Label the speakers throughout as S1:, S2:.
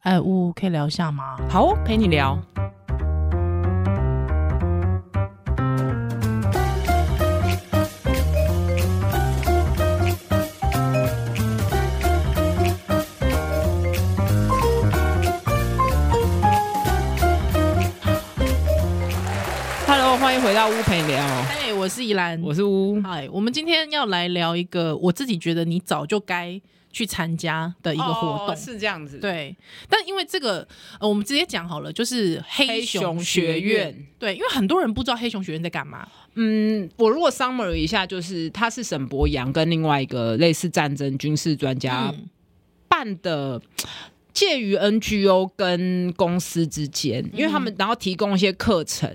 S1: 哎，呜，可以聊一下吗？
S2: 好哦，陪你聊。Hello，欢迎回到屋陪你聊，
S1: 哎，我是宜兰，
S2: 我是屋。
S1: 嗨，我们今天要来聊一个我自己觉得你早就该去参加的一个活动。
S2: 哦是这样子，，
S1: 对，但因为这个，呃，我们直接讲好了，就是黑
S2: 黑
S1: 熊
S2: 熊
S1: 学
S2: 学
S1: 院。
S2: 院。
S1: 对，因为很多人不知道黑熊学院在干嘛。
S2: 嗯，我如果 summary 一下，就是他是沈博洋跟另外一个类似战争军事专家
S1: 嗯，
S2: 办的。介于 NGO 跟公司之间，因为他
S1: 嗯
S2: 们然后提供一些课程，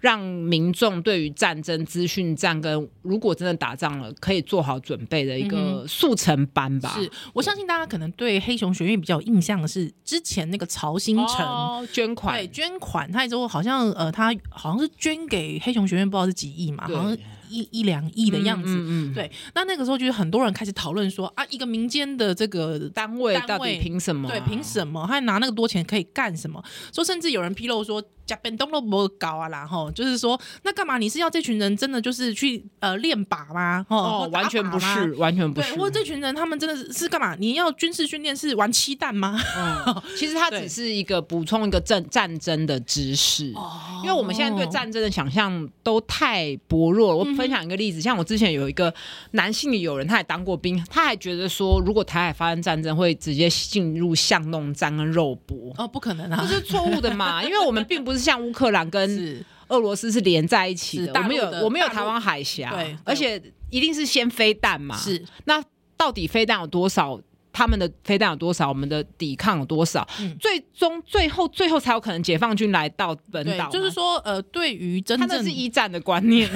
S2: 让民众对于战争资讯战跟如果真的打仗了，可以做好准备的一
S1: 嗯
S2: 个速成班吧。
S1: 是我相信大家可能对黑熊学院比较有印象的是之前那个曹新成。
S2: 哦、捐款
S1: 对，捐款，他之后好像呃，他好像是捐给黑熊学院，不知道是几亿嘛，
S2: 对
S1: 好像一一两亿的样子。
S2: 嗯嗯嗯
S1: 对，那那个时候就是很多人开始讨论说啊，一个民间的这个
S2: 单位
S1: 单位
S2: 到底凭什么啊、
S1: 对，凭什么他拿那个多钱可以干什么？说甚至有人披露说，假本东都不搞啊啦吼，就是说那干嘛？你是要这群人真的就是去呃练靶吗？
S2: 哦
S1: 哦，，
S2: 完全不
S1: 打靶
S2: 是
S1: 吗。，
S2: 完全不
S1: 对，
S2: 是。
S1: 或者这群人他们真的是干嘛？你要军事训练是玩七弹吗？
S2: 嗯，其实它
S1: 对
S2: 只是一个补充一个战战争的知识。
S1: 哦
S2: 因为我们现在对战争的想象都太薄弱了。我
S1: 嗯哼
S2: 分享一个例子，像我之前有一个男性的友人，他也当过兵，他还觉得说，如果台海发生战争，会直接进入巷弄战跟肉 搏，
S1: 哦，不可能
S2: 这
S1: 啊，
S2: 是错误的嘛？ 因为我们并不是像乌克兰跟
S1: 是
S2: 俄罗斯是连在一起
S1: 是
S2: 的，
S1: 大
S2: 我
S1: 陆
S2: 们有
S1: 的
S2: 我们有
S1: 大陆
S2: 台湾海峡
S1: 对对，
S2: 而且一定是先飞弹嘛。
S1: 是，
S2: 那到底飞弹有多少？他们的飞弹有多少？我们的抵抗有多少？
S1: 嗯
S2: 最终最后最后才有可能解放军来到本岛
S1: 对
S2: 嘛，，
S1: 就是说呃，对于真
S2: 他
S1: 正
S2: 那是一战的观 念，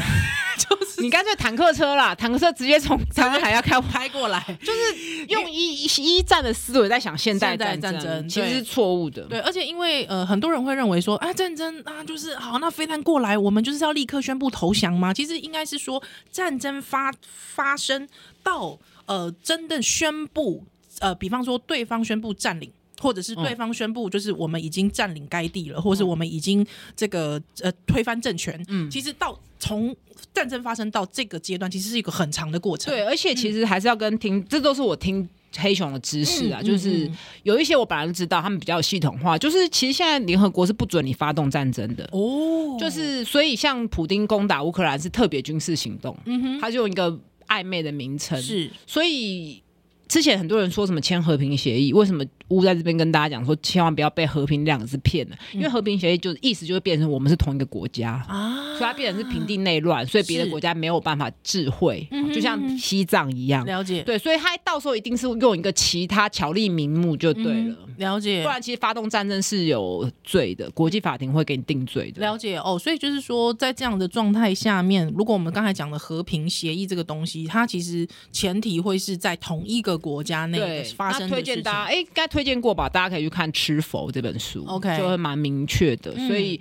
S2: 就是你干脆坦克车啦，坦克车直接从台湾海峡开，
S1: 拍过来，
S2: 就是用一一战的思维在想现代
S1: 现代
S2: 战
S1: 战争
S2: 其实
S1: 对
S2: 是错误的。
S1: 对，而且因为呃，很多人会认为说，啊，战争啊，就是好，那飞弹过来，我们就是要立刻宣布投降吗？其实应该是说，战争发发生到呃，真的宣布，呃，比方说对方宣布占领。或者是对
S2: 嗯
S1: 方宣布，就是我们已经占领该地了，或是我们已经这个呃推翻政权。嗯，其实到从战争发生到这个阶段，其实是一个很长的过程。
S2: 对，而且其实还是要跟听，这都是我听黑熊的知识啊，
S1: 嗯
S2: 就是
S1: 嗯嗯
S2: 有一些我本来就知道，他们比较有系统化，就是其实现在联合国是不准你发动战争的。
S1: 哦，
S2: 就是，所以像普丁攻打乌克兰是特别军事行动，
S1: 嗯哼，
S2: 他就用一个暧昧的名称。，
S1: 是
S2: 所以之前很多人说什么签和平协议，为什么乌在这边跟大家讲说千万不要被和平两个字骗了？
S1: 嗯
S2: 因为和平协议就是意思就是变成我们是同一个国家。
S1: 啊，
S2: 所以它变成是平定内乱，所以别的
S1: 是
S2: 国家没有办法智慧
S1: 嗯哼，
S2: 就像西藏一样。
S1: 了解，
S2: 对，所以他到时候一定是用一个其他巧立名目就对
S1: 嗯
S2: 了，
S1: 哼，了解，
S2: 不然其实发动战争是有罪的，国际法庭会给你定罪的。
S1: 了解哦，所以就是说，在这样的状态下面，如果我们刚才讲的和平协议这个东西，它其实前提会是在同一个国家内
S2: 对，
S1: 的发生的
S2: 那推
S1: 事
S2: 荐
S1: 情。
S2: 大家，哎、应该推荐过吧？大家可以去看《吃否》这本书
S1: OK
S2: 就会蛮明确的。
S1: 嗯
S2: 所以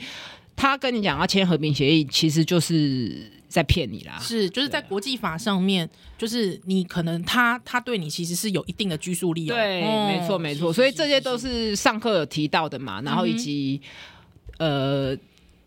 S2: 他跟你讲要签和平协议，其实就是在骗你啦。
S1: 是，就是
S2: 啊
S1: 在国际法上面，就是你可能他他对你其实是有一定的拘束力、哦。
S2: 对，
S1: 哦
S2: 没错没错。
S1: 是
S2: 所以
S1: 是
S2: 这
S1: 是
S2: 些都
S1: 是嗯
S2: 是上课有提到的嘛，然后以及、呃。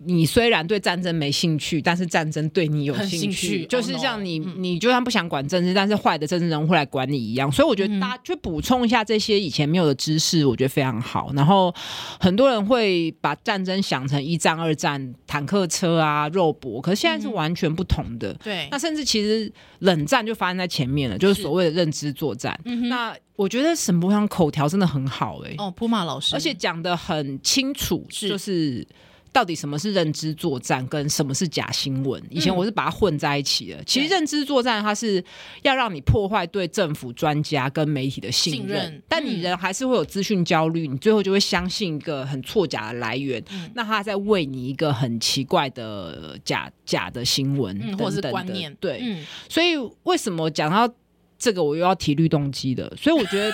S2: 你虽然对战争没兴趣，但是战争对你有
S1: 很兴
S2: 兴
S1: 趣
S2: 就是
S1: 哦，no，
S2: 像你，
S1: 嗯
S2: 你就算不想管政治，但是坏的政治人物会来管你一样。所以我
S1: 嗯
S2: 觉得大家去补充一下这些以前没有的知识，我觉得非常好。然后很多人会把战争想成一战、二战、坦克车啊、肉搏，可是现在是
S1: 嗯
S2: 完全不同的。
S1: 对，
S2: 那甚至其实冷战就发生在前面了，就是
S1: 是
S2: 所谓的认知作战。
S1: 嗯哼
S2: 那我觉得沈博洋口条真的很好哎、
S1: 哦，普马老师，
S2: 而且讲的很清楚，
S1: 是
S2: 就是到底什么是认知作战，跟什么是假新闻。
S1: 嗯
S2: 以前我是把它混在一起的。其实认知作战它是要让你破坏对政府、专家跟媒体的信
S1: 信
S2: 任，
S1: 任嗯
S2: 但你人还是会有资讯焦虑，你最后就会相信一个很错假的来源，
S1: 嗯
S2: 那他在喂你一个很奇怪的假假的新闻、
S1: 嗯，
S2: 等
S1: 或者是
S2: 等的
S1: 观念，
S2: 对，
S1: 嗯，
S2: 所以为什么讲到这个，我又要提律动机的？所以我觉得，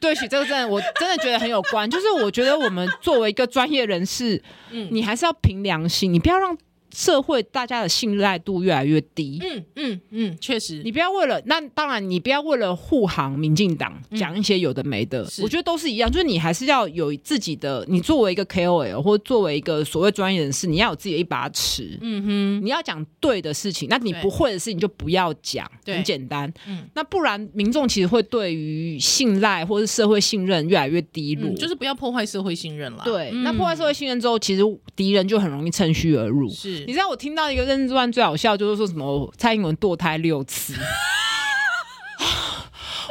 S2: 对不起，这个真的，我真的觉得很有关。就是我觉得我们作为一个专业人士，
S1: 嗯
S2: 你还是要凭良心，你不要让社会大家的信赖度越来越低。
S1: 嗯嗯嗯，确实，
S2: 你不要为了那当然，你不要为了护航民进党讲一些有的没的，
S1: 嗯是
S2: 我觉得都是一样，就是你还是要有自己的，你作为一个 KOL 或作为一个所谓专业人士，你要有自己的一把尺，
S1: 嗯
S2: 你要讲对的事情，那你
S1: 对
S2: 不会的事情就不要讲，
S1: 对
S2: 很简单。
S1: 嗯
S2: 那不然民众其实会对于信赖或是社会信任越来越低
S1: 哼，
S2: 落，
S1: 嗯就是不要破坏社会信任啦。
S2: 对。
S1: 嗯
S2: 那破坏社会信任之后，其实敌人就很容易趁虚而入。
S1: 嗯是
S2: 你知道我听到一个认知段最好笑，就是说什么蔡英文堕胎六次。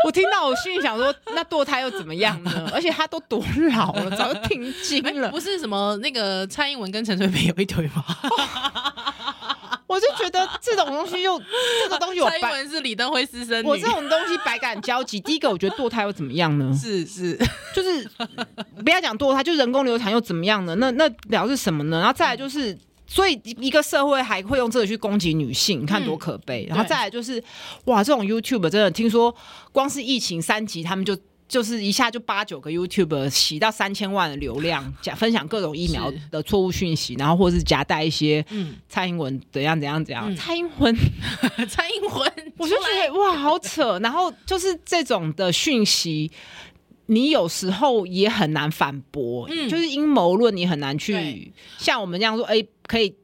S2: 我听到，我心里想说，那堕胎又怎么样 呢？而且他都多老了，早就停经了。
S1: 不是什么那个蔡英文跟陈水扁有一腿吗？
S2: 我就觉得这种东西就这个东西 我
S1: 蔡英
S2: 白，
S1: 文是李登辉私生女，
S2: 我这种东西百感交集。第一个，我觉得堕胎又怎么样呢？
S1: 是是，
S2: 就是不要讲堕胎，就人工流产又怎么样呢？那那聊是什么呢？然后再来
S1: 嗯
S2: 就是。所以一个社会还会用这个去攻击女性，你看
S1: 嗯
S2: 多可悲。然后再来就是，哇，这种 YouTube 真的听说，光是疫情三级，他们就就是一下就八九个 YouTube 洗到三千万的流量，讲分享各种疫苗
S1: 是
S2: 的错误讯息，然后或是夹带一些
S1: 嗯，
S2: 蔡英文怎样怎样怎样。
S1: 嗯
S2: 蔡英文
S1: 蔡英文，
S2: 我就觉得哇，好扯。然后就是这种的讯息，你有时候也很难反驳，
S1: 嗯
S2: 就是阴谋论，你很难
S1: 对
S2: 去像我们这样说，哎、可以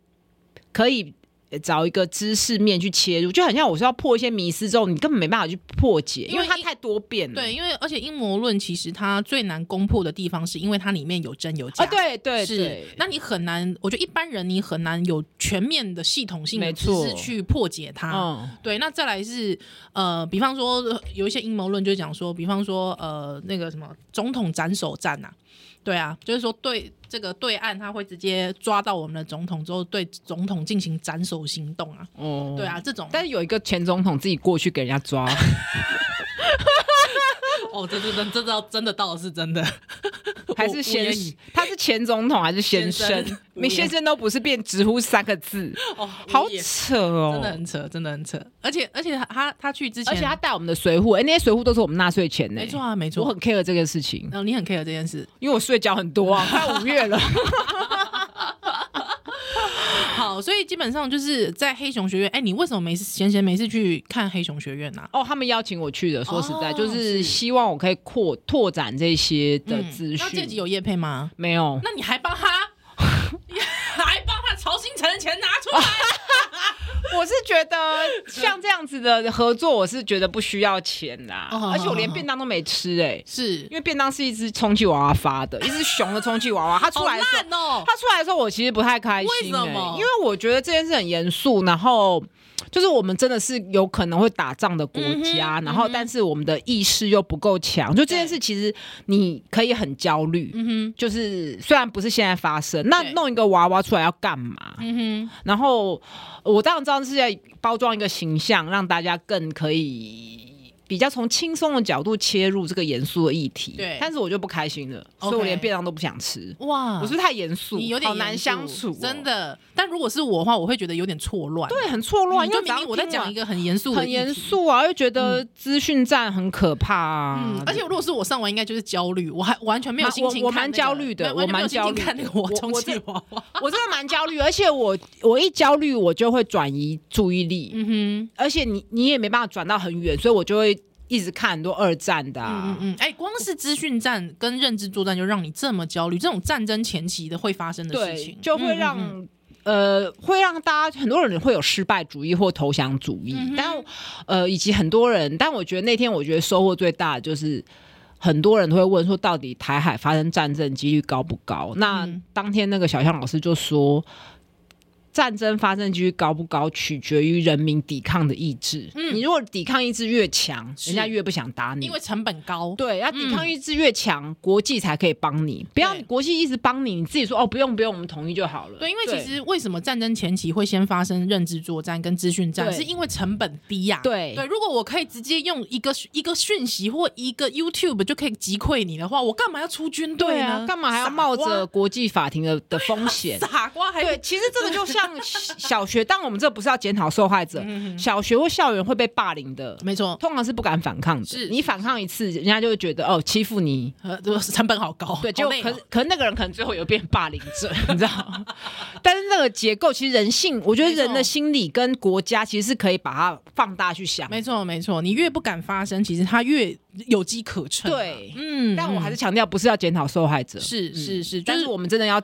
S2: 可以呃找一个知识面去切入，就很像我是要破一些迷思之后，你根本没办法去破解，
S1: 因
S2: 因
S1: 为
S2: 为它
S1: 一
S2: 太多变了。
S1: 对，因为而且阴谋论其实它最难攻破的地方，是因为它里面有真有假。
S2: 啊，对对
S1: 是
S2: 对，，
S1: 那你很难，我觉得一般人你很难有全面的系统性的
S2: 没
S1: 知识
S2: 错
S1: 去破解它。
S2: 嗯，
S1: 对，那再来是呃，比方说呃有一些阴谋论就讲说，比方说呃那个什么总统斩首战呐、对啊，就是说对这个对岸他会直接抓到我们的总统之后，对总统进行斩首行动啊，
S2: 哦
S1: 对。啊，这种
S2: 但是有一个前总统自己过去给人家 抓，
S1: 哦，这这这这倒真的倒是真的，
S2: 还是
S1: 我无
S2: 先
S1: 言以
S2: 他是前总统还是先
S1: 先
S2: 生
S1: 生？无
S2: 你先
S1: 言
S2: 生都不是变直呼三个字，
S1: 哦，
S2: 好
S1: 无言
S2: 扯哦！
S1: 真的很扯，真的很扯，而且而且他他去之前，
S2: 而且他带我们的水壶，哎、那些水壶都是我们纳税钱呢、
S1: 没错啊，没
S2: 我
S1: 错
S2: 很。care 这个事情，
S1: 然后你很 care 这件事，
S2: 因为我睡觉很 多啊，快五月了。
S1: 好，所以基本上就是在黑熊学院。哎、你为什么没事闲闲没事去看黑熊学院呢、啊
S2: 哦，他们邀请我去的，说实在，
S1: 哦
S2: 就是
S1: 是
S2: 希望我可以扩拓展这些的资
S1: 嗯那这集
S2: 讯。
S1: 有叶配吗？
S2: 没有，
S1: 那你还帮他，你还帮他曹星辰的钱拿出来？
S2: 我是觉 得像这样子的合作，我是觉得不需要钱啦，
S1: 哦
S2: 而且我连便当都没吃哎、
S1: 是
S2: 因，为便当是一只充气娃娃发的，一只熊的充气娃娃，它 出
S1: 好
S2: 来的时候
S1: 烂哦、
S2: 他出来的时候，我其实不太开心、欸，
S1: 为什么
S2: 因为我觉得这件事很严肃，然后。就是我们真的是有可能会打仗的国家，
S1: 嗯
S2: 然后但是我们的意识又不够强，就这件事其实你可以很焦虑，
S1: 嗯
S2: 就是虽然不是现在发生，那
S1: 对
S2: 弄一个娃娃出来要干嘛？
S1: 哼，嗯哼，
S2: 然后呃我当然知道是在包装一个形象，让大家更可以比较从轻松的角度切入这个严肃的议题，
S1: 对
S2: 但是我就不开心了，所以我
S1: OK
S2: 连便当都不想吃。
S1: 哇，
S2: 我是不是太严肃，
S1: 你有点
S2: 好难
S1: 严肃
S2: 相处、哦
S1: 真，的。但如果是我的话，我会觉得有点错乱。
S2: 对，很错
S1: 嗯
S2: 乱，因
S1: 就
S2: 为
S1: 明明我在讲一
S2: 个
S1: 个很严肃的
S2: 很
S1: 议
S2: 严
S1: 题。
S2: 肃啊，又觉得资讯战很可怕啊，
S1: 嗯，而且如果是我上完，应该就是焦虑，我还完全没有心情看那个、
S2: 我我蛮焦虑的
S1: 没有完全没有心情
S2: 我蛮焦虑的
S1: 看那个我
S2: 我
S1: 充
S2: 我
S1: 气
S2: 这
S1: 娃娃。
S2: 我真的蛮焦虑，而且我我一焦虑，我就会转移注意力，
S1: 嗯
S2: 而且你你也没办法转到很远，所以我就会一直看很多二战的、
S1: 哼，嗯
S2: 啊
S1: 嗯。嗯，哎、光是资讯战跟认知作战就让你这么焦虑，这种战争前期的会发生的事
S2: 对
S1: 情，，
S2: 就会
S1: 嗯嗯
S2: 让、
S1: 嗯
S2: 呃，会让大家很多人会有失败主义或投降主义，
S1: 嗯哼
S2: 但呃，以及很多人，但我觉得那天我觉得收获最大的就是。很多人都会问说，到底台海发生战争几率高不高？那
S1: 嗯
S2: 当天那个小象老师就说，战争发生几率高不高，取决于人民抵抗的意志。
S1: 嗯
S2: 你如果抵抗意志越强，
S1: 是
S2: 人家越不想打你，
S1: 因为成本高，
S2: 对，要抵抗意志越强，国际才可以帮你，不要
S1: 嗯对
S2: 国际一直帮你，你自己说哦，不用不用，我们同意就好了。
S1: 对，因为其实为什么战争前期会先发生认知作战跟资讯战，
S2: 对
S1: 是因为成本低呀、
S2: 对
S1: 对，如果我可以直接用一个一个讯息或一个 YouTube 就可以击溃你的话，我干嘛要出军
S2: 对
S1: 队
S2: 啊，
S1: 呢？
S2: 干嘛还要
S1: 傻
S2: 冒
S1: 瓜
S2: 着国际法庭的的风险？
S1: 傻瓜还
S2: 对，其实这个就像像小学，但我们这不是要检讨受害
S1: 嗯
S2: 者，小学或校园会被霸凌的，
S1: 没错，
S2: 通常是不敢反抗的。
S1: 是
S2: 你反抗一次，人家就会觉得哦欺负你，
S1: 呃，这个成本好 哦高，
S2: 对，
S1: 就
S2: 就可可能那个人可能最后有变霸凌者， 你知道吗？但是那个结构其实人性，我觉得
S1: 没错
S2: 人的心理跟国家其实是可以把它放大去想。
S1: 没错没错，你越不敢发声，其实他越有机可乘。，
S2: 对，
S1: 嗯，
S2: 但我还
S1: 是
S2: 是强调，不是要检讨受害者，
S1: 是是是，就
S2: 但
S1: 是
S2: 是我们真的要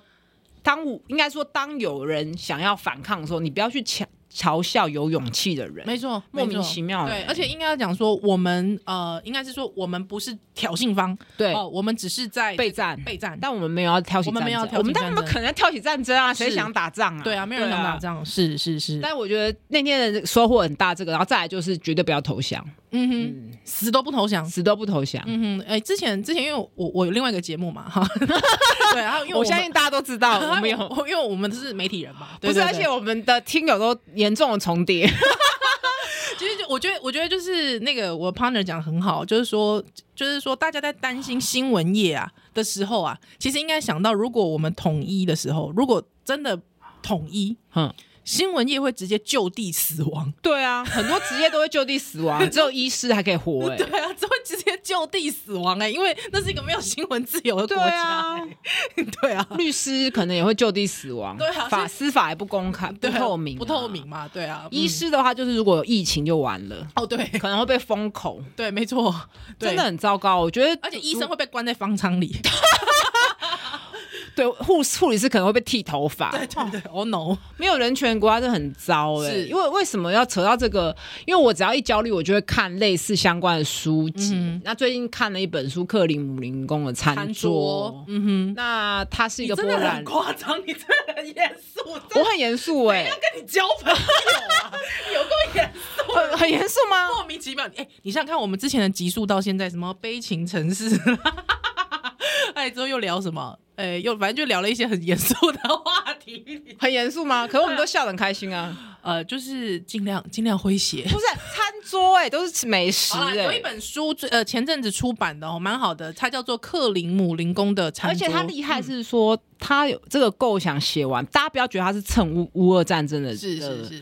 S2: 当我应该说，当有人想要反抗的时候，你不要去嘲嘲笑有勇气的人，
S1: 没错，
S2: 莫
S1: 没
S2: 名
S1: 错
S2: 其妙的
S1: 对，而且应该要讲说，我们呃，应该是说我们不是挑衅方
S2: 对，
S1: 哦，我们只是在
S2: 备战。
S1: 备战。
S2: 但我们没有要挑起
S1: 我们
S2: 战
S1: 没有
S2: 争
S1: 要，挑
S2: 我们
S1: 起
S2: 当
S1: 战
S2: 然不
S1: 争
S2: 可能要挑起战争啊，谁
S1: 是
S2: 想打仗啊？
S1: 对啊，没有人想打仗，是是是，
S2: 但我觉得那天的收获很大，这个，然后再来就是绝对不要投降，
S1: 嗯哼，死都不投降。
S2: 死都不投降。
S1: 嗯哼，哎，之前之前因为我我有另外一个节目 嘛，哈，对，然后因为
S2: 我
S1: 们
S2: 相信大家都 知道，我们有
S1: 我因为我们是媒体人嘛，对
S2: 不是，
S1: 对
S2: 而
S1: 对
S2: 且我们的听友都严重的重叠，
S1: 其实就我觉得，我觉得就是那个我 partner 讲得很好，就是说，就是说大家在担心新闻业啊的时候啊，其实应该想到，如果我们统一的时候，如果真的统一，
S2: 嗯
S1: 嗯。新闻业会直接就地死亡，
S2: 对啊，很多职业都会就地 死亡，只有医师还可以活、欸，
S1: 对啊，这会直接就地死亡哎、因为那是一个没有新闻自由的国
S2: 对
S1: 家，
S2: 啊，
S1: 对啊，
S2: 律师可能也会就地死亡，
S1: 对啊
S2: 法
S1: 所以
S2: 司法也不公开、不
S1: 对啊
S2: 透明、
S1: 不透。明嘛，对啊，
S2: 医
S1: 嗯
S2: 师的话，就是如果有疫情就完了，
S1: 哦，对
S2: 可能会被封口，
S1: 对，没错，对
S2: 真的，很糟糕。我觉得，
S1: 而且医生会被关在方舱 里，
S2: 对护护理师可能会被剃头发，
S1: 对对对，Oh no，
S2: 没有人权国家是很糟哎、
S1: 是
S2: 因为为什么要扯到这个？因为我只要一焦虑，我就会看类似相关的书籍。
S1: 嗯
S2: 那最近看了一本书《克里姆林宫的餐桌》
S1: 餐桌，嗯哼，
S2: 那它是一
S1: 你
S2: 个波
S1: 真的
S2: 兰
S1: 很，夸张，你真的很严肃，
S2: 我
S1: 我
S2: 很严肃哎、
S1: 跟你交朋友啊，有够严肃，
S2: 很很严肃 吗？
S1: 莫名其妙。哎、你想想看，我们之前的集数到现在，什么悲情城市， 哎，之后又聊什么？哎、又反正就聊了一些很严肃的话题。
S2: 很严肃吗？可是我们都笑得很开心 啊！
S1: 呃，就是尽量尽量诙谐。
S2: 不是餐桌哎、都是吃美食
S1: 好啦，
S2: 哎、
S1: 有一本书，最呃，前阵子出版的哦，蛮好的，它叫做《克林姆林宫的餐
S2: 而且
S1: 桌》，
S2: 他厉害是说，他有这个构想写完，大家不要觉得他是蹭乌乌俄战争的
S1: 是
S2: 的
S1: 是是，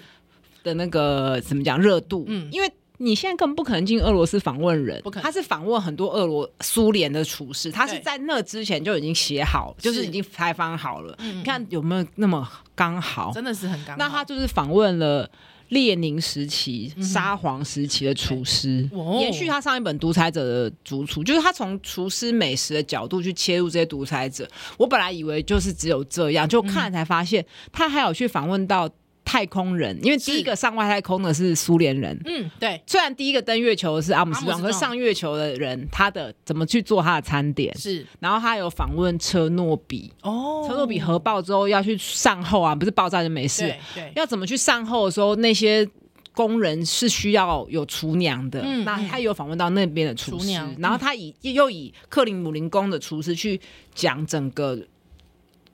S2: 的那个怎么讲热度，嗯
S1: 嗯，
S2: 因为。你现在根本不可能进俄罗斯访问人
S1: 不，可能
S2: 他是访问很多俄罗苏联的厨师，他是
S1: 对
S2: 在那之前就已经写好，就是已经采访好了。
S1: 嗯
S2: 你看有没有那么刚好？
S1: 真的是很刚好。
S2: 那他就是访问了列宁时期、沙皇时期的厨师，
S1: 哦
S2: 延续他上一本《独裁者的主厨》，就是他从厨师美食的角度去切入这些独裁者。我本来以为就是只有这样，就看了才发现他还有去访问到太空人，因为第一个上外太空的是苏联人。
S1: 嗯，对，
S2: 虽然第一个登月球的是阿姆斯
S1: 阿
S2: 壮，
S1: 姆斯
S2: 可是
S1: 壮
S2: 上月球的人他的怎么去做他的餐点，
S1: 是
S2: 然后他有访问车诺比，
S1: 哦，
S2: 车诺比核爆之后要去善后啊，不是爆炸就没事
S1: 对，对，
S2: 要怎么去善后的时候，那些工人是需要有厨娘的。
S1: 嗯
S2: 那
S1: 嗯
S2: 他也有访问到那边的厨
S1: 厨
S2: 师，
S1: 娘嗯
S2: 然后他以又以克林姆林宫的厨师去讲整个。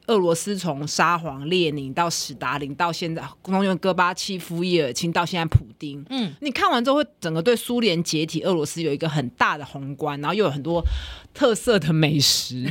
S2: 俄罗斯从沙皇列宁到史达林，到现在中原戈巴契夫、叶尔钦，到现在普丁，
S1: 嗯，
S2: 你看完之后会整个对苏联解体、俄罗斯有一个很大的宏观，然后又有很多特色的 美食。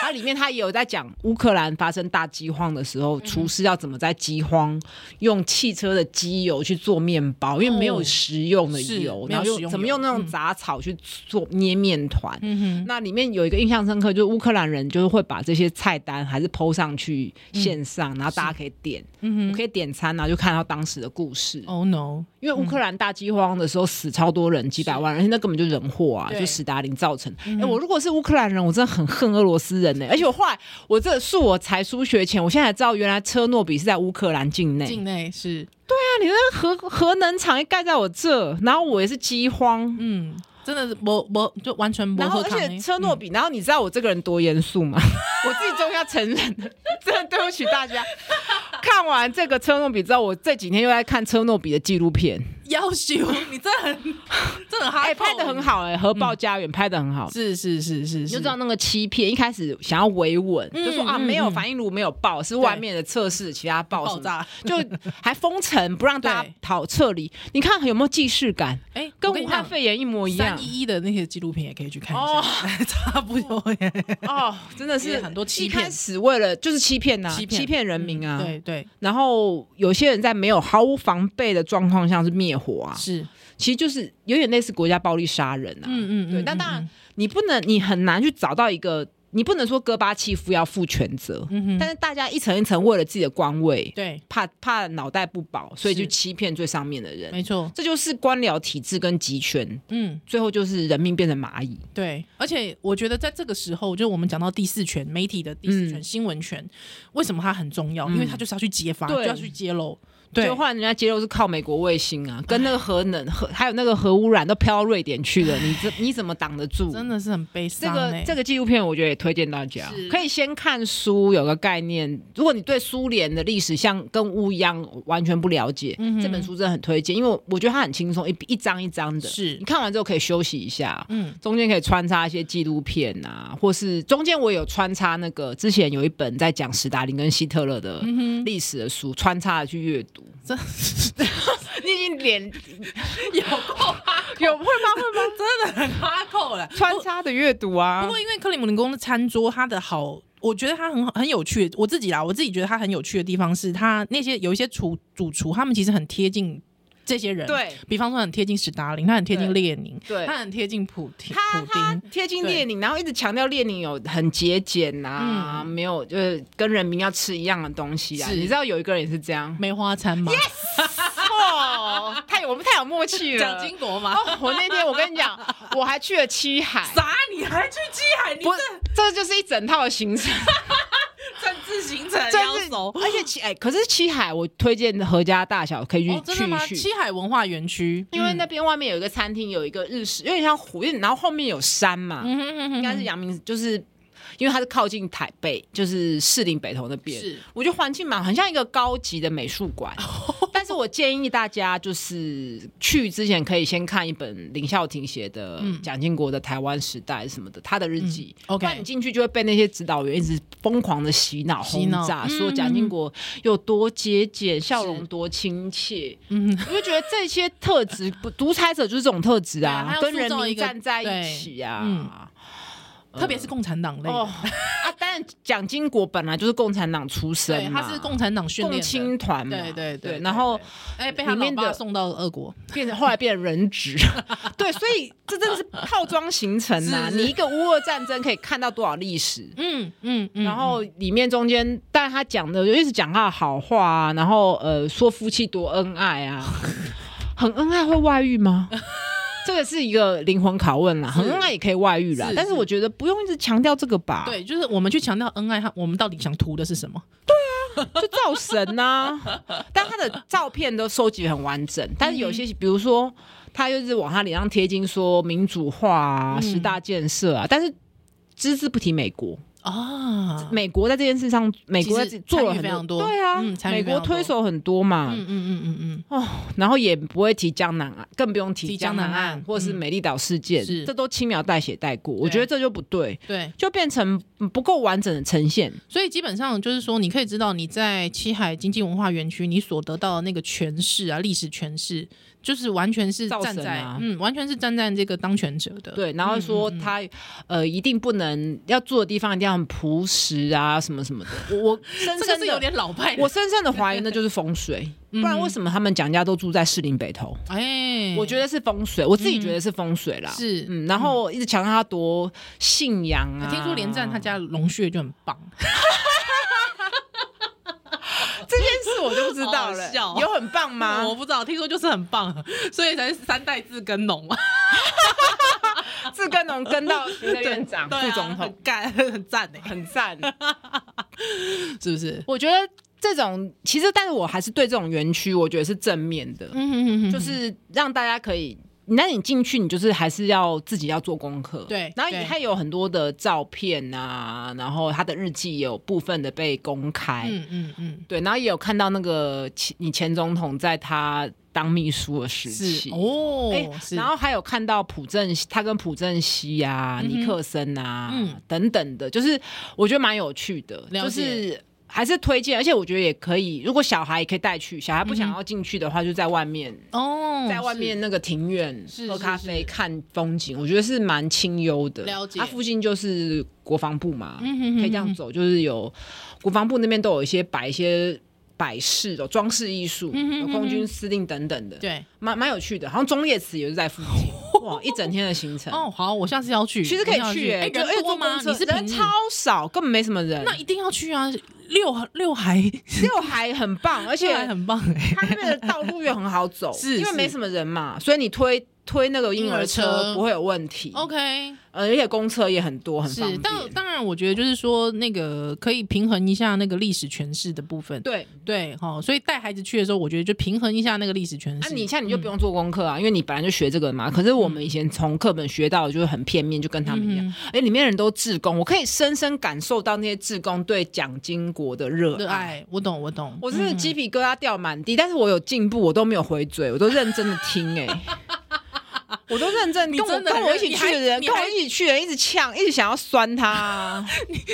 S2: 它里面它也有在讲乌克兰发生大饥荒的时候，厨师要怎么在饥荒用汽车的机油去做面包，因为没有
S1: 哦
S2: 食用的
S1: 是
S2: 油，
S1: 没
S2: 然
S1: 有
S2: 后
S1: 食
S2: 用
S1: 用
S2: 怎么
S1: 油
S2: 用那种
S1: 嗯
S2: 杂草去做捏面团。
S1: 嗯
S2: 那里面有一个印象深刻，就是乌克兰人就是会把这些菜单还是 PO 上去线上，然后大家可以点，
S1: 哼，嗯
S2: 我
S1: 哼
S2: 可以点餐，然后就看到当时的故事。
S1: ，Oh no，
S2: 因为乌克兰大饥荒的时候死超多人，几百万人，而且那根本就人祸啊，
S1: 对
S2: 就史达林造成。哎、我如果是乌克兰人，我真的很恨俄罗斯人呢、而且我后来，我这是我才疏学前，我现在才知道原来车诺比是在乌克兰境内。
S1: 境内是
S2: 那你那核核能厂也盖在我这，然后我也是饥荒，
S1: 嗯，真的是没没就完全没
S2: 然后
S1: 喝
S2: 而
S1: 汤欸、
S2: 且车嗯诺比，然后你知道我这个人多严肃吗？ 我自己终于要承认了，真的对不起大家。看完这个车诺比之后，我这几天又在看车诺比的纪录片。
S1: 嗯要求你这 很这很
S2: 哎、
S1: 嗨，
S2: 拍的很，好哎、核爆家园》拍的很好。
S1: 是是是是
S2: 你
S1: 是，
S2: 就知道那个欺骗，一开始想要维稳，
S1: 嗯
S2: 就说啊
S1: 嗯
S2: 没有
S1: 嗯
S2: 反应炉没有爆，是外面的测试其他爆什
S1: 爆
S2: 么，
S1: 炸。
S2: 就还封城不让大家
S1: 对
S2: 逃撤离。你看有没有既视感？
S1: 哎，
S2: 跟
S1: 我你
S2: 武汉
S1: 讲。
S2: 肺炎一模一样
S1: 三一一的那些纪录片也可以去看一
S2: 哦
S1: 下， 差不多
S2: 哦，真的
S1: 因
S2: 是
S1: 为很多欺
S2: 一
S1: 骗
S2: 开始为了就是欺骗呐、
S1: 欺骗嗯
S2: 骗人民啊，
S1: 对对
S2: 然后有些人在没有毫无防备的状况下是灭火啊，
S1: 是，
S2: 其实就是有点类似国家暴力杀人啊。
S1: 嗯嗯嗯，
S2: 对，
S1: 嗯
S2: 但当然
S1: 嗯
S2: 你不能，你很难去找到一个，你不能说戈巴契夫要负全责，
S1: 嗯哼，
S2: 但是大家一层一层为了自己的官位，
S1: 对，
S2: 怕怕脑袋不保，所以就是欺骗最上面的人。
S1: 没错，
S2: 这就是官僚体制跟集权，
S1: 嗯，
S2: 最后就是人民变成蚂蚁。
S1: 对，而且我觉得在这个时候，就是我们讲到第四权，媒体的第四
S2: 嗯
S1: 权、新闻权，为什么它很重要？因为它就是要去揭发，
S2: 对
S1: 就要去揭露，对
S2: 就，后来人家揭露是靠美国卫星啊，跟那个核能核还有那个核污染都飘到瑞典去了，你这你怎么挡得住？
S1: 真的是很悲
S2: 这
S1: 伤
S2: 个
S1: 欸。
S2: 这个纪录片，我觉得也推荐大家
S1: 是，
S2: 可以先看书，有个概念。如果你对苏联的历史像跟乌一样完全不了解，
S1: 嗯哼
S2: 这本书真的很推荐，因为我觉得它很轻松，一一张一张的，
S1: 是
S2: 你看完之后可以休息一下。
S1: 嗯，
S2: 中间可以穿插一些纪录片啊，或是中间我有穿插那个之前有一本在讲史达林跟希特勒
S1: 嗯
S2: 的历史的书，穿插的去阅 读。
S1: 真
S2: 你已经脸
S1: 有够
S2: 有会吗？会吗？
S1: 真的很哈扣了。
S2: 穿插的阅读啊，
S1: 不过因为克里姆林宫的餐桌，它的好。我觉得它很好很有趣，我自己啦，我自己觉得它很有趣的地方是，它那些有一些厨主厨，他们其实很贴近这些人，，
S2: 对
S1: 比方说很贴近史达林，他很贴近
S2: 对
S1: 列宁，
S2: 对，
S1: 他很贴近普廷，
S2: 他
S1: 普
S2: 他
S1: 丁，
S2: 贴近
S1: 对
S2: 列宁，然后一直强调列宁有很节俭呐，没有就是跟人民要吃一样的东西啊。
S1: 是，
S2: 你知道有一个人也嗯是这 样
S1: 梅花餐嘛，
S2: 哦，太我们太有默契了。
S1: 蒋经国嘛，
S2: 哦，我那天我跟你 讲，我还去了七海，
S1: 啥？你还去机海？你
S2: 不，这就是一整套的行 程，
S1: 政治行程
S2: 真是。而且七哎，可是七海我推荐合家大小可以去
S1: 哦，真的吗？
S2: 去一嗯去。
S1: 七海文化园区，
S2: 因为那边外面有一个餐厅，有一个日式，有点像湖，因为然后后面有山嘛，
S1: 嗯哼哼哼
S2: 应该是阳明，就是因为它是靠近台北，就是士林北投那边。
S1: 是，
S2: 我觉得环境蛮好很像一个高级的美术 馆。但是我建议大家就是去之前可以先看一本林孝廷写的
S1: 嗯
S2: 蒋经国的台湾时代什么的，他的日记。
S1: 嗯，OK
S2: 不然你进去就会被那些指导员一直疯狂的洗脑
S1: 洗
S2: 轰
S1: 脑
S2: 炸，
S1: 嗯
S2: 说蒋经国有多节俭，笑容多亲切。
S1: 嗯，
S2: 我就觉得这些特质，不独裁者就是这种特质
S1: 对啊
S2: 啊
S1: 他，要
S2: 跟
S1: 塑
S2: 人
S1: 造一
S2: 民
S1: 个
S2: 站在
S1: 对
S2: 一起啊。
S1: 嗯特别是共产党类的，
S2: 哦啊！当然，蒋经国本来就是共产党出身
S1: 对，
S2: 嘛，
S1: 他是共产党训
S2: 共
S1: 练的，
S2: 青团嘛，
S1: 对对对，
S2: 然后
S1: 对哎，被他
S2: 里
S1: 老
S2: 面
S1: 爸
S2: 的
S1: 送到俄国，
S2: 变成后来变成人 质，对，所以这真的是套装形成啊！
S1: 是是
S2: 你一个乌俄战争可以看到多少历史？
S1: 嗯嗯嗯，
S2: 然后里面中间，但他讲的就一直讲他的好话啊，然后呃说夫妻多恩爱啊，很恩爱会外遇吗？ 这个是一个灵魂拷问啦，很恩爱也可以外遇啦
S1: 是，
S2: 但是
S1: 是
S2: 我觉得不用一直强调这个吧，，
S1: 对，就是我们去强调恩爱，他我们到底想图的是什么？
S2: 就造神 呐、但他的照片都收集很完整，但是有
S1: 嗯
S2: 些比如说他就是往他脸上贴金说民主化啊、
S1: 嗯
S2: 十大建设啊，但是只字不提美国。
S1: 啊，
S2: 美国在这件事上，美国在
S1: 其实
S2: 做了
S1: 参与
S2: 很
S1: 非常多
S2: 对啊，
S1: 嗯参与
S2: 美
S1: 非常
S2: 国
S1: 多
S2: 推手很多嘛，
S1: 嗯嗯嗯嗯嗯，
S2: 哦，然后也不会提江南岸，更不用提
S1: 提江
S2: 江
S1: 南
S2: 南
S1: 岸
S2: 岸或是
S1: 嗯
S2: 美丽岛事件，
S1: 是
S2: 这都轻描淡写带过，我
S1: 对
S2: 觉得这就不对，
S1: 对，
S2: 就变成不够完整的呈现。
S1: 所以基本上就是说，你可以知道你在七海经济文化园区你所得到的那个诠释啊，历史诠释，就是完全是
S2: 造
S1: 站
S2: 神
S1: 在、
S2: 啊嗯
S1: 嗯，完全是站在这个当权者的。
S2: 对，然后
S1: 嗯
S2: 说他、呃一定不能要住的地方一定要很朴实啊，什么什么的。我我深
S1: 这个
S2: 深
S1: 是有
S2: 的，
S1: 点嗯老派的。
S2: 我深深的怀疑那就是风水，不然为什么他们蒋家都住在士林北头？
S1: 哎，
S2: 我觉得是风水，我自己觉得是风水啦。
S1: 嗯是
S2: 嗯，然后一直强调他多信仰啊。
S1: 听说连战他家龙穴就很棒，
S2: 这件事我就不知道
S1: 好
S2: 了
S1: 好笑，
S2: 有很棒 吗？
S1: 我不知道，听说就是很棒，所以才是三代自耕农 嘛，
S2: 自耕农跟到行政院长、
S1: 对啊
S2: 副总
S1: 很
S2: 统，
S1: 干，很赞哎，
S2: 很赞。
S1: 是不是？
S2: 我觉得这种其实，但是我还是对这种园区，我觉得是正面的，
S1: 嗯，
S2: 就是让大家可以。那你进去，你就是还是要自己要做功课。
S1: 对
S2: 然后
S1: 对
S2: 它有很多的照片啊，然后他的日记也有部分的被公开。
S1: 嗯嗯嗯，
S2: 对，然后也有看到那个前你前总统在他当秘书的时
S1: 嗯是
S2: 期。
S1: 哦
S2: 哎，
S1: 是，
S2: 然后还有看到朴正熙，他跟朴正熙啊、
S1: 嗯哼
S2: 尼克森啊、
S1: 嗯
S2: 等等的，就是我觉得蛮有趣的，
S1: 了
S2: 就
S1: 解
S2: 是还是推荐，而且我觉得也可以，如果小孩也可以带去，小孩不
S1: 嗯
S2: 想
S1: 哼
S2: 要进去的话，就在外面，
S1: 哦，
S2: 在外面那个庭院
S1: 是
S2: 喝
S1: 是
S2: 咖
S1: 是
S2: 啡、看风景，我觉得是蛮清幽的。
S1: 了解
S2: 它附近就是国防部嘛，
S1: 嗯哼哼
S2: 可以这样走，就是有国防部那边都有一些摆一些摆饰的装饰艺术，
S1: 嗯哼
S2: 有
S1: 哼
S2: 空军
S1: 哼
S2: 司令等等的
S1: 是，对
S2: 蛮蛮有趣的。好像中夜祠也是在附 近，哇，一整天的行程。
S1: 哦，好，我下次要去，
S2: 其实可
S1: 我
S2: 以
S1: 下次
S2: 去、
S1: 哎，
S2: 欸，就哎
S1: 人多
S2: 坐
S1: 吗？
S2: 公车
S1: 你是平
S2: 人
S1: 日
S2: 超少，根本没什么人。
S1: 那一定要去啊！六六 海，
S2: 六还很棒，而
S1: 六
S2: 且
S1: 海 很棒哎、
S2: 它那边的道路又很好 走，
S1: 是
S2: 因为
S1: 是
S2: 没什么人嘛，所以你推推那个婴儿
S1: 婴儿车
S2: 车不会有问题。
S1: OK，
S2: 呃而且公车也很多，很方
S1: 是，
S2: 便。
S1: 但当然，我觉得就是说，那个可以平衡一下那个历史诠释的部分。
S2: 对，啊
S1: 对，好，所以带孩子去的时候，我觉得就平衡一下那个历史诠
S2: 那、
S1: 释。
S2: 你像你就不用做功课啊，因为你本来就学这个嘛。可是我们以前从课本学到的就是很片面，就跟他们一样。哎、里面人都志工，我可以深深感受到那些志工对蒋经国的热
S1: 热
S2: 爱。
S1: 爱，哎我啊懂，我懂。
S2: 我真的鸡皮疙瘩掉满地，但是我有进步，我都没有回嘴，我都认真的听、 哎，我都认真，
S1: 你
S2: 跟我
S1: 真的
S2: 跟我一起
S1: 你
S2: 去的
S1: 还
S2: 人，
S1: 你
S2: 跟我
S1: 还
S2: 一起去的人一直呛，一直想要酸他啊。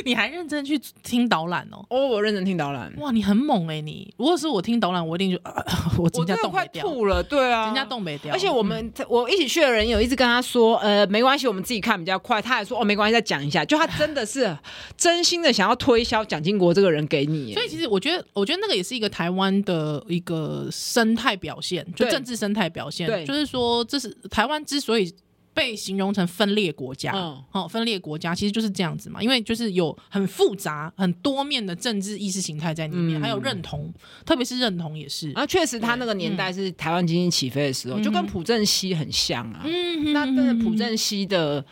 S1: 你还认真去听导览哦。
S2: 哦，我认真听导览，
S1: 哇，你很猛哎、你如果是我听导览，我一定就、呃我
S2: 我
S1: 人
S2: 真
S1: 家
S2: 的
S1: 冻
S2: 快
S1: 没掉，
S2: 吐了，对啊，
S1: 人家冻没掉。
S2: 而且我们、嗯我一起去的人有一直跟他说，呃，没关系，我们自己看比较快。他还说，哦，没关系，再讲一下。就他真的是真心的想要推销蒋经国这个人给你耶，欸
S1: 所以其实我觉得，我觉得那个也是一个台湾的一个生态表现，就
S2: 对
S1: 政治生态表现。
S2: 对
S1: 就是说，这是台湾之所以被形容成分裂国家，
S2: 嗯
S1: 哦，分裂国家其实就是这样子嘛，因为就是有很复杂、很多面的政治意识形态在里面，
S2: 嗯啊
S1: 还有认同，特别是认同也是。
S2: 然后确实他那个年
S1: 嗯
S2: 代是台湾经济起飞的时候，就跟朴正熙很像啊。
S1: 嗯
S2: 那真的朴
S1: 嗯
S2: 正熙的。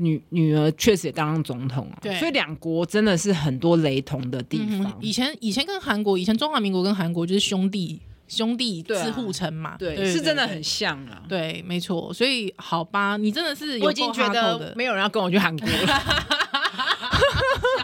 S2: 女女儿确实也当上总统啊，
S1: 对
S2: 所以两国真的是很多雷同的地
S1: 嗯
S2: 方。
S1: 以前以前跟韩国，以前中华民国跟韩国就是兄弟兄弟
S2: 对啊
S1: 自护城嘛，
S2: 对，是真的
S1: 对
S2: 很像啊。
S1: 对，没错。所以好吧，你真的是有
S2: 我已经
S1: 够
S2: 觉
S1: hardcore 的
S2: 得没有人要跟我去韩国 了。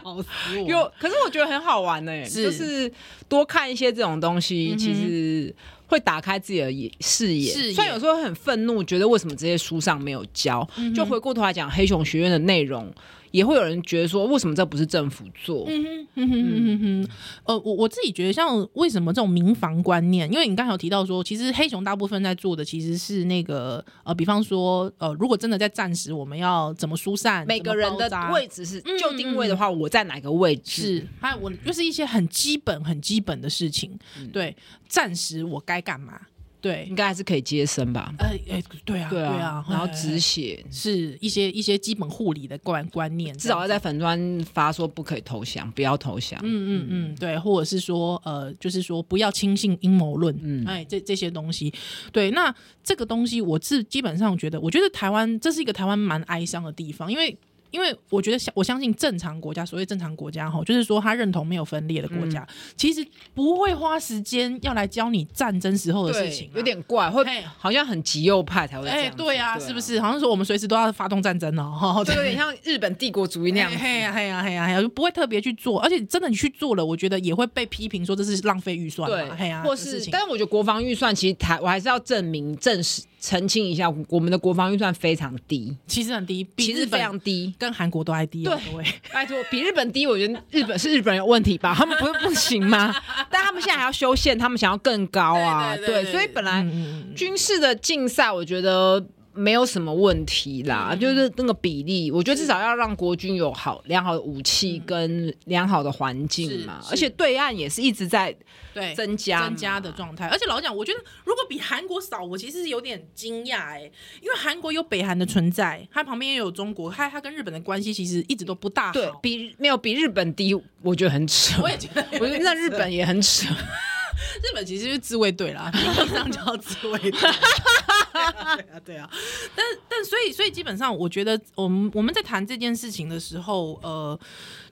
S1: 笑死我！
S2: 有，可是我觉得很好玩呢、
S1: 是
S2: 就是多看一些这种东西，
S1: 嗯哼
S2: 其实会打开自己的眼视野。
S1: 视野
S2: 虽然有时候很愤怒，觉得为什么这些书上没有教，就回过头来讲黑熊学院的内容，也会有人觉得说，为什么这不是政府做？
S1: 嗯哼，嗯哼嗯哼嗯哼，呃，我我自己觉得，像为什么这种民防观念，因为你刚才有提到说，其实黑熊大部分在做的其实是那个呃，比方说呃，如果真的在战时，我们要怎么疏散
S2: 每个人的
S1: 怎么包扎
S2: 位置是
S1: 嗯
S2: 就定位的话，我在哪个位置？
S1: 是，还有我就是一些很基本、很基本的事情。
S2: 嗯
S1: 对，暂时我该干嘛？对
S2: 应，该还是可以接生吧？
S1: 呃，哎、对啊，
S2: 嗯对
S1: 啊，
S2: 啊，然后
S1: 哎
S2: 止血，
S1: 是一些一些基本护理的观观念，
S2: 至少要在粉砖发说不可以投降，不要投降。
S1: 嗯嗯嗯，对，或者是说，呃，就是说不要轻信阴谋论，
S2: 嗯
S1: 哎，这这些东西，对，那这个东西我是基本上觉得，我觉得台湾这是一个台湾蛮哀伤的地方，因为。因为我觉得相，我相信正常国家，所谓正常国家哈，就是说他认同没有分裂的国家，其实不会花时间要来教你战争时候的
S2: 对
S1: 事情、啊，
S2: 有点怪，会
S1: 嘿
S2: 好像很极右派才会这
S1: 哎、
S2: 样子。
S1: 对啊，是不是？好像说我们随时都要发动战争哦， 哈，
S2: 这有点像日本帝国主义那样子。
S1: 嘿呀嘿呀嘿呀嘿呀，就不会特别去做，而且真的你去做了，我觉得也会被批评说这是浪费预算嘛，嘿
S2: 对，啊
S1: 呀，
S2: 或
S1: 这事
S2: 是，
S1: 情
S2: 但是我觉得国防预算其实台，我还是要证明、证实、澄清一下，我们的国防预算非常低，
S1: 其实很低，比
S2: 其
S1: 日
S2: 实非
S1: 本
S2: 常低。
S1: 跟韩国都还低、哦，
S2: 对
S1: 各 位
S2: 拜托，比日本低，我觉得日本是日本人有问题吧？他们不是不行吗？ 但他们现在还要修宪，他们想要更高啊，
S1: 对对对对
S2: 所以本来
S1: 嗯嗯
S2: 军事的竞赛，我觉得。没有什么问题啦，
S1: 嗯
S2: 就是那个比例，我觉得至少要让国军有好良好的武器跟良好的环境嘛
S1: 是，是
S2: 而且对岸也是一直在
S1: 对
S2: 增加嘛
S1: 增加的状态。而且老实讲，我觉得如果比韩国少，我其实是有点惊讶哎，因为韩国有北韩的存在，它旁边也有中国，它它跟日本的关系其实一直都不大好。
S2: 对比没有比日本低，我觉得很扯。
S1: 我也觉得，
S2: 我觉得那日本也很扯，
S1: 日本其实是自卫队 啦，名义上叫自卫队。对啊，对啊对啊，但但所以所以基本上，我觉得我们我们在谈这件事情的时候，呃，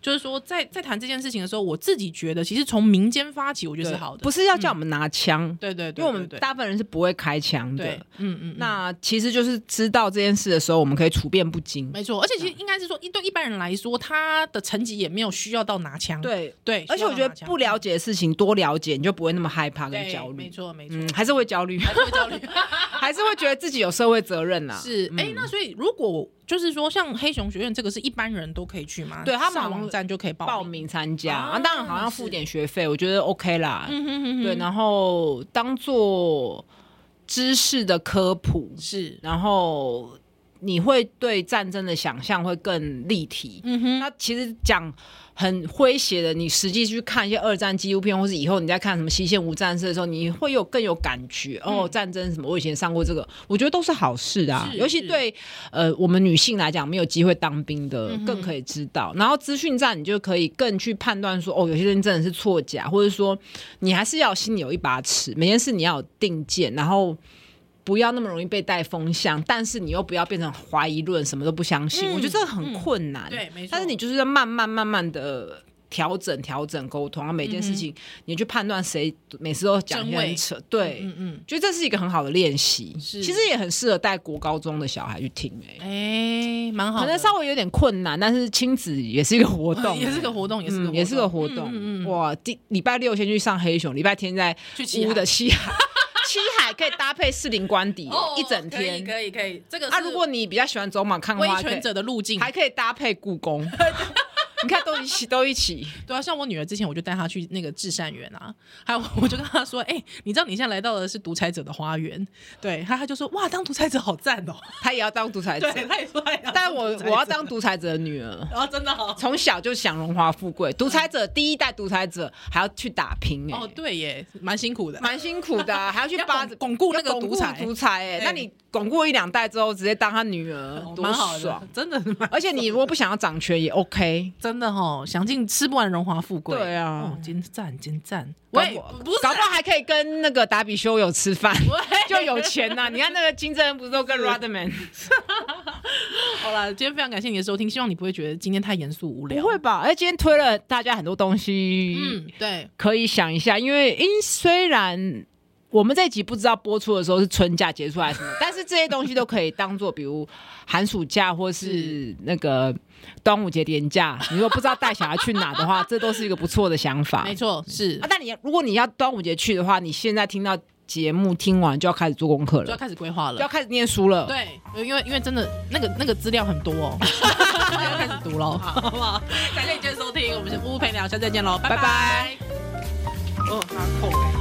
S1: 就是说在在谈这件事情的时候，我自己觉得其实从民间发起，我 觉得是
S2: 对
S1: 好的，
S2: 不是要叫我们拿枪，
S1: 对对
S2: 因
S1: 对，
S2: 为我们
S1: 对
S2: 大部分人是不会开枪
S1: 对，
S2: 的
S1: 对。嗯嗯，那
S2: 那其实就是知道这件事的时候，我们可以处变不惊。
S1: 没错，而且其实应该是说，一对一般人来说，他的成绩也没有需要到拿枪，
S2: 对，
S1: 对，
S2: 而且我觉得不了
S1: 解
S2: 解的事情多了解，你就不会那么害怕跟
S1: 对
S2: 焦
S1: 没
S2: 虑。
S1: 错没错，
S2: 嗯，还是会焦虑，
S1: 还是会焦虑。
S2: 还是会觉得自己有社会责任啦。嗯
S1: 是，哎、那所以如果就是说，像黑熊学院这个是一般人都可以去吗？
S2: 对他们
S1: 上
S2: 好像
S1: 网站就可以报
S2: 报。名参加
S1: 啊
S2: 啊，当然好像付点学费，我觉得 OK 啦。
S1: 嗯哼哼哼，
S2: 对，然后当做知识的科普，
S1: 是，
S2: 然后你会对战争的想象会更立体。
S1: 嗯哼，
S2: 那其实讲很诙谐的，你实际去看一些二战纪录片，或是以后你在看什么《西线无战事》的时候，你会有更有感觉哦，战争什么，我以前上过这个，我觉得都是好事啊。
S1: 嗯是
S2: 尤其
S1: 是
S2: 对呃我们女性来讲，没有机会当兵的
S1: 嗯哼，
S2: 更可以知道。然后资讯站，你就可以更去判断说，哦，有些人真的是错假，或者说你还是要心里有一把尺，每件事你要有定见，然后。不要那么容易被带风向，但是你又不要变成怀疑论，什么都不相信。
S1: 嗯
S2: 我觉得这个很
S1: 嗯
S2: 困难。
S1: 对，没错。嗯
S2: 但是你就是要慢慢慢慢的调整、调整沟通，然后每件事
S1: 嗯
S2: 情你去判断谁每次都讲一些很扯，对，
S1: 嗯嗯，
S2: 觉得这是一个很好的练习，
S1: 是
S2: 其实也很适合带国高中的小孩去听、欸，
S1: 哎、蛮好的，
S2: 可能稍微有点困难，但是亲子也是一个活 动、
S1: 也是个活动，也是个活
S2: 嗯，
S1: 动、
S2: 也是个活动。
S1: 嗯嗯嗯
S2: 哇，第礼拜六先去上黑熊，礼拜天在
S1: 去骑
S2: 乌
S1: 海
S2: 的西海，西海可以搭配士林官邸、
S1: 哦，
S2: 一整天。
S1: 可以可以可以，这个
S2: 啊，
S1: 是
S2: 如果你比较喜欢走马看
S1: 威
S2: 花，可以
S1: 权者的路径，
S2: 还可以搭配故 宫。你看，都一起，都一起。
S1: 对啊，像我女儿之前我就带她去那个至善园啊，还有 我就跟她说，哎、你知道你现在来到的是独裁者的花园，对，她她就说，哇，当独裁者好赞哦、
S2: 他也要当独裁者，
S1: 对，她也说她也要
S2: 呃 但我
S1: 独裁者
S2: 我要当独裁者的女儿，
S1: 哦，真的好。
S2: 从小就想荣华富贵。独裁者第一代独裁者还要去打拼、欸，
S1: 哦，对耶，蛮辛苦的。
S2: 蛮辛苦的啊、还要去
S1: 要
S2: 扒
S1: 巩
S2: 着
S1: 巩固那个
S2: 要巩
S1: 独
S2: 固
S1: 裁
S2: 独裁、欸，
S1: 对
S2: 那你巩固一两代之后，直接当他女儿，
S1: 哦
S2: 多
S1: 蛮好
S2: 爽
S1: 的！，真的蛮
S2: 而且你如果不想要掌权也 OK，
S1: 真的哦，想尽吃不完荣华富贵。
S2: 对啊
S1: 哦，真赞真赞。
S2: 搞
S1: 喂
S2: 不，好
S1: 不是
S2: 搞不好还可以跟那个达比修有吃饭，
S1: 喂，
S2: 就有钱 呐、你看那个金正恩不是都跟 Rodman？
S1: 好了，今天非常感谢你的收听，希望你不会觉得今天太严肃无
S2: 不
S1: 聊。
S2: 会吧？哎，今天推了大家很多东西，
S1: 嗯，对，
S2: 可以想一下，因为因虽然我们这一集不知道播出的时候是春假结束还是 什么，但是这些东西都可以当做，比如寒暑假或是那个端午节连假。你如果不知道带小孩去哪的话，这都是一个不错的想法。
S1: 没错，是
S2: 啊，但你如果你要端午节去的话，你现在听到节目听完就要开始做功课
S1: 就要
S2: 了，
S1: 开始规划
S2: 就要
S1: 了。
S2: 开始念书了。
S1: 对，因为因为真的那个那个资料很多 哦，要开始读喽，好不好？感谢你今天收听，我们是夫妇陪聊，下次再见喽，拜
S2: 拜拜。
S1: 哦，他扣了。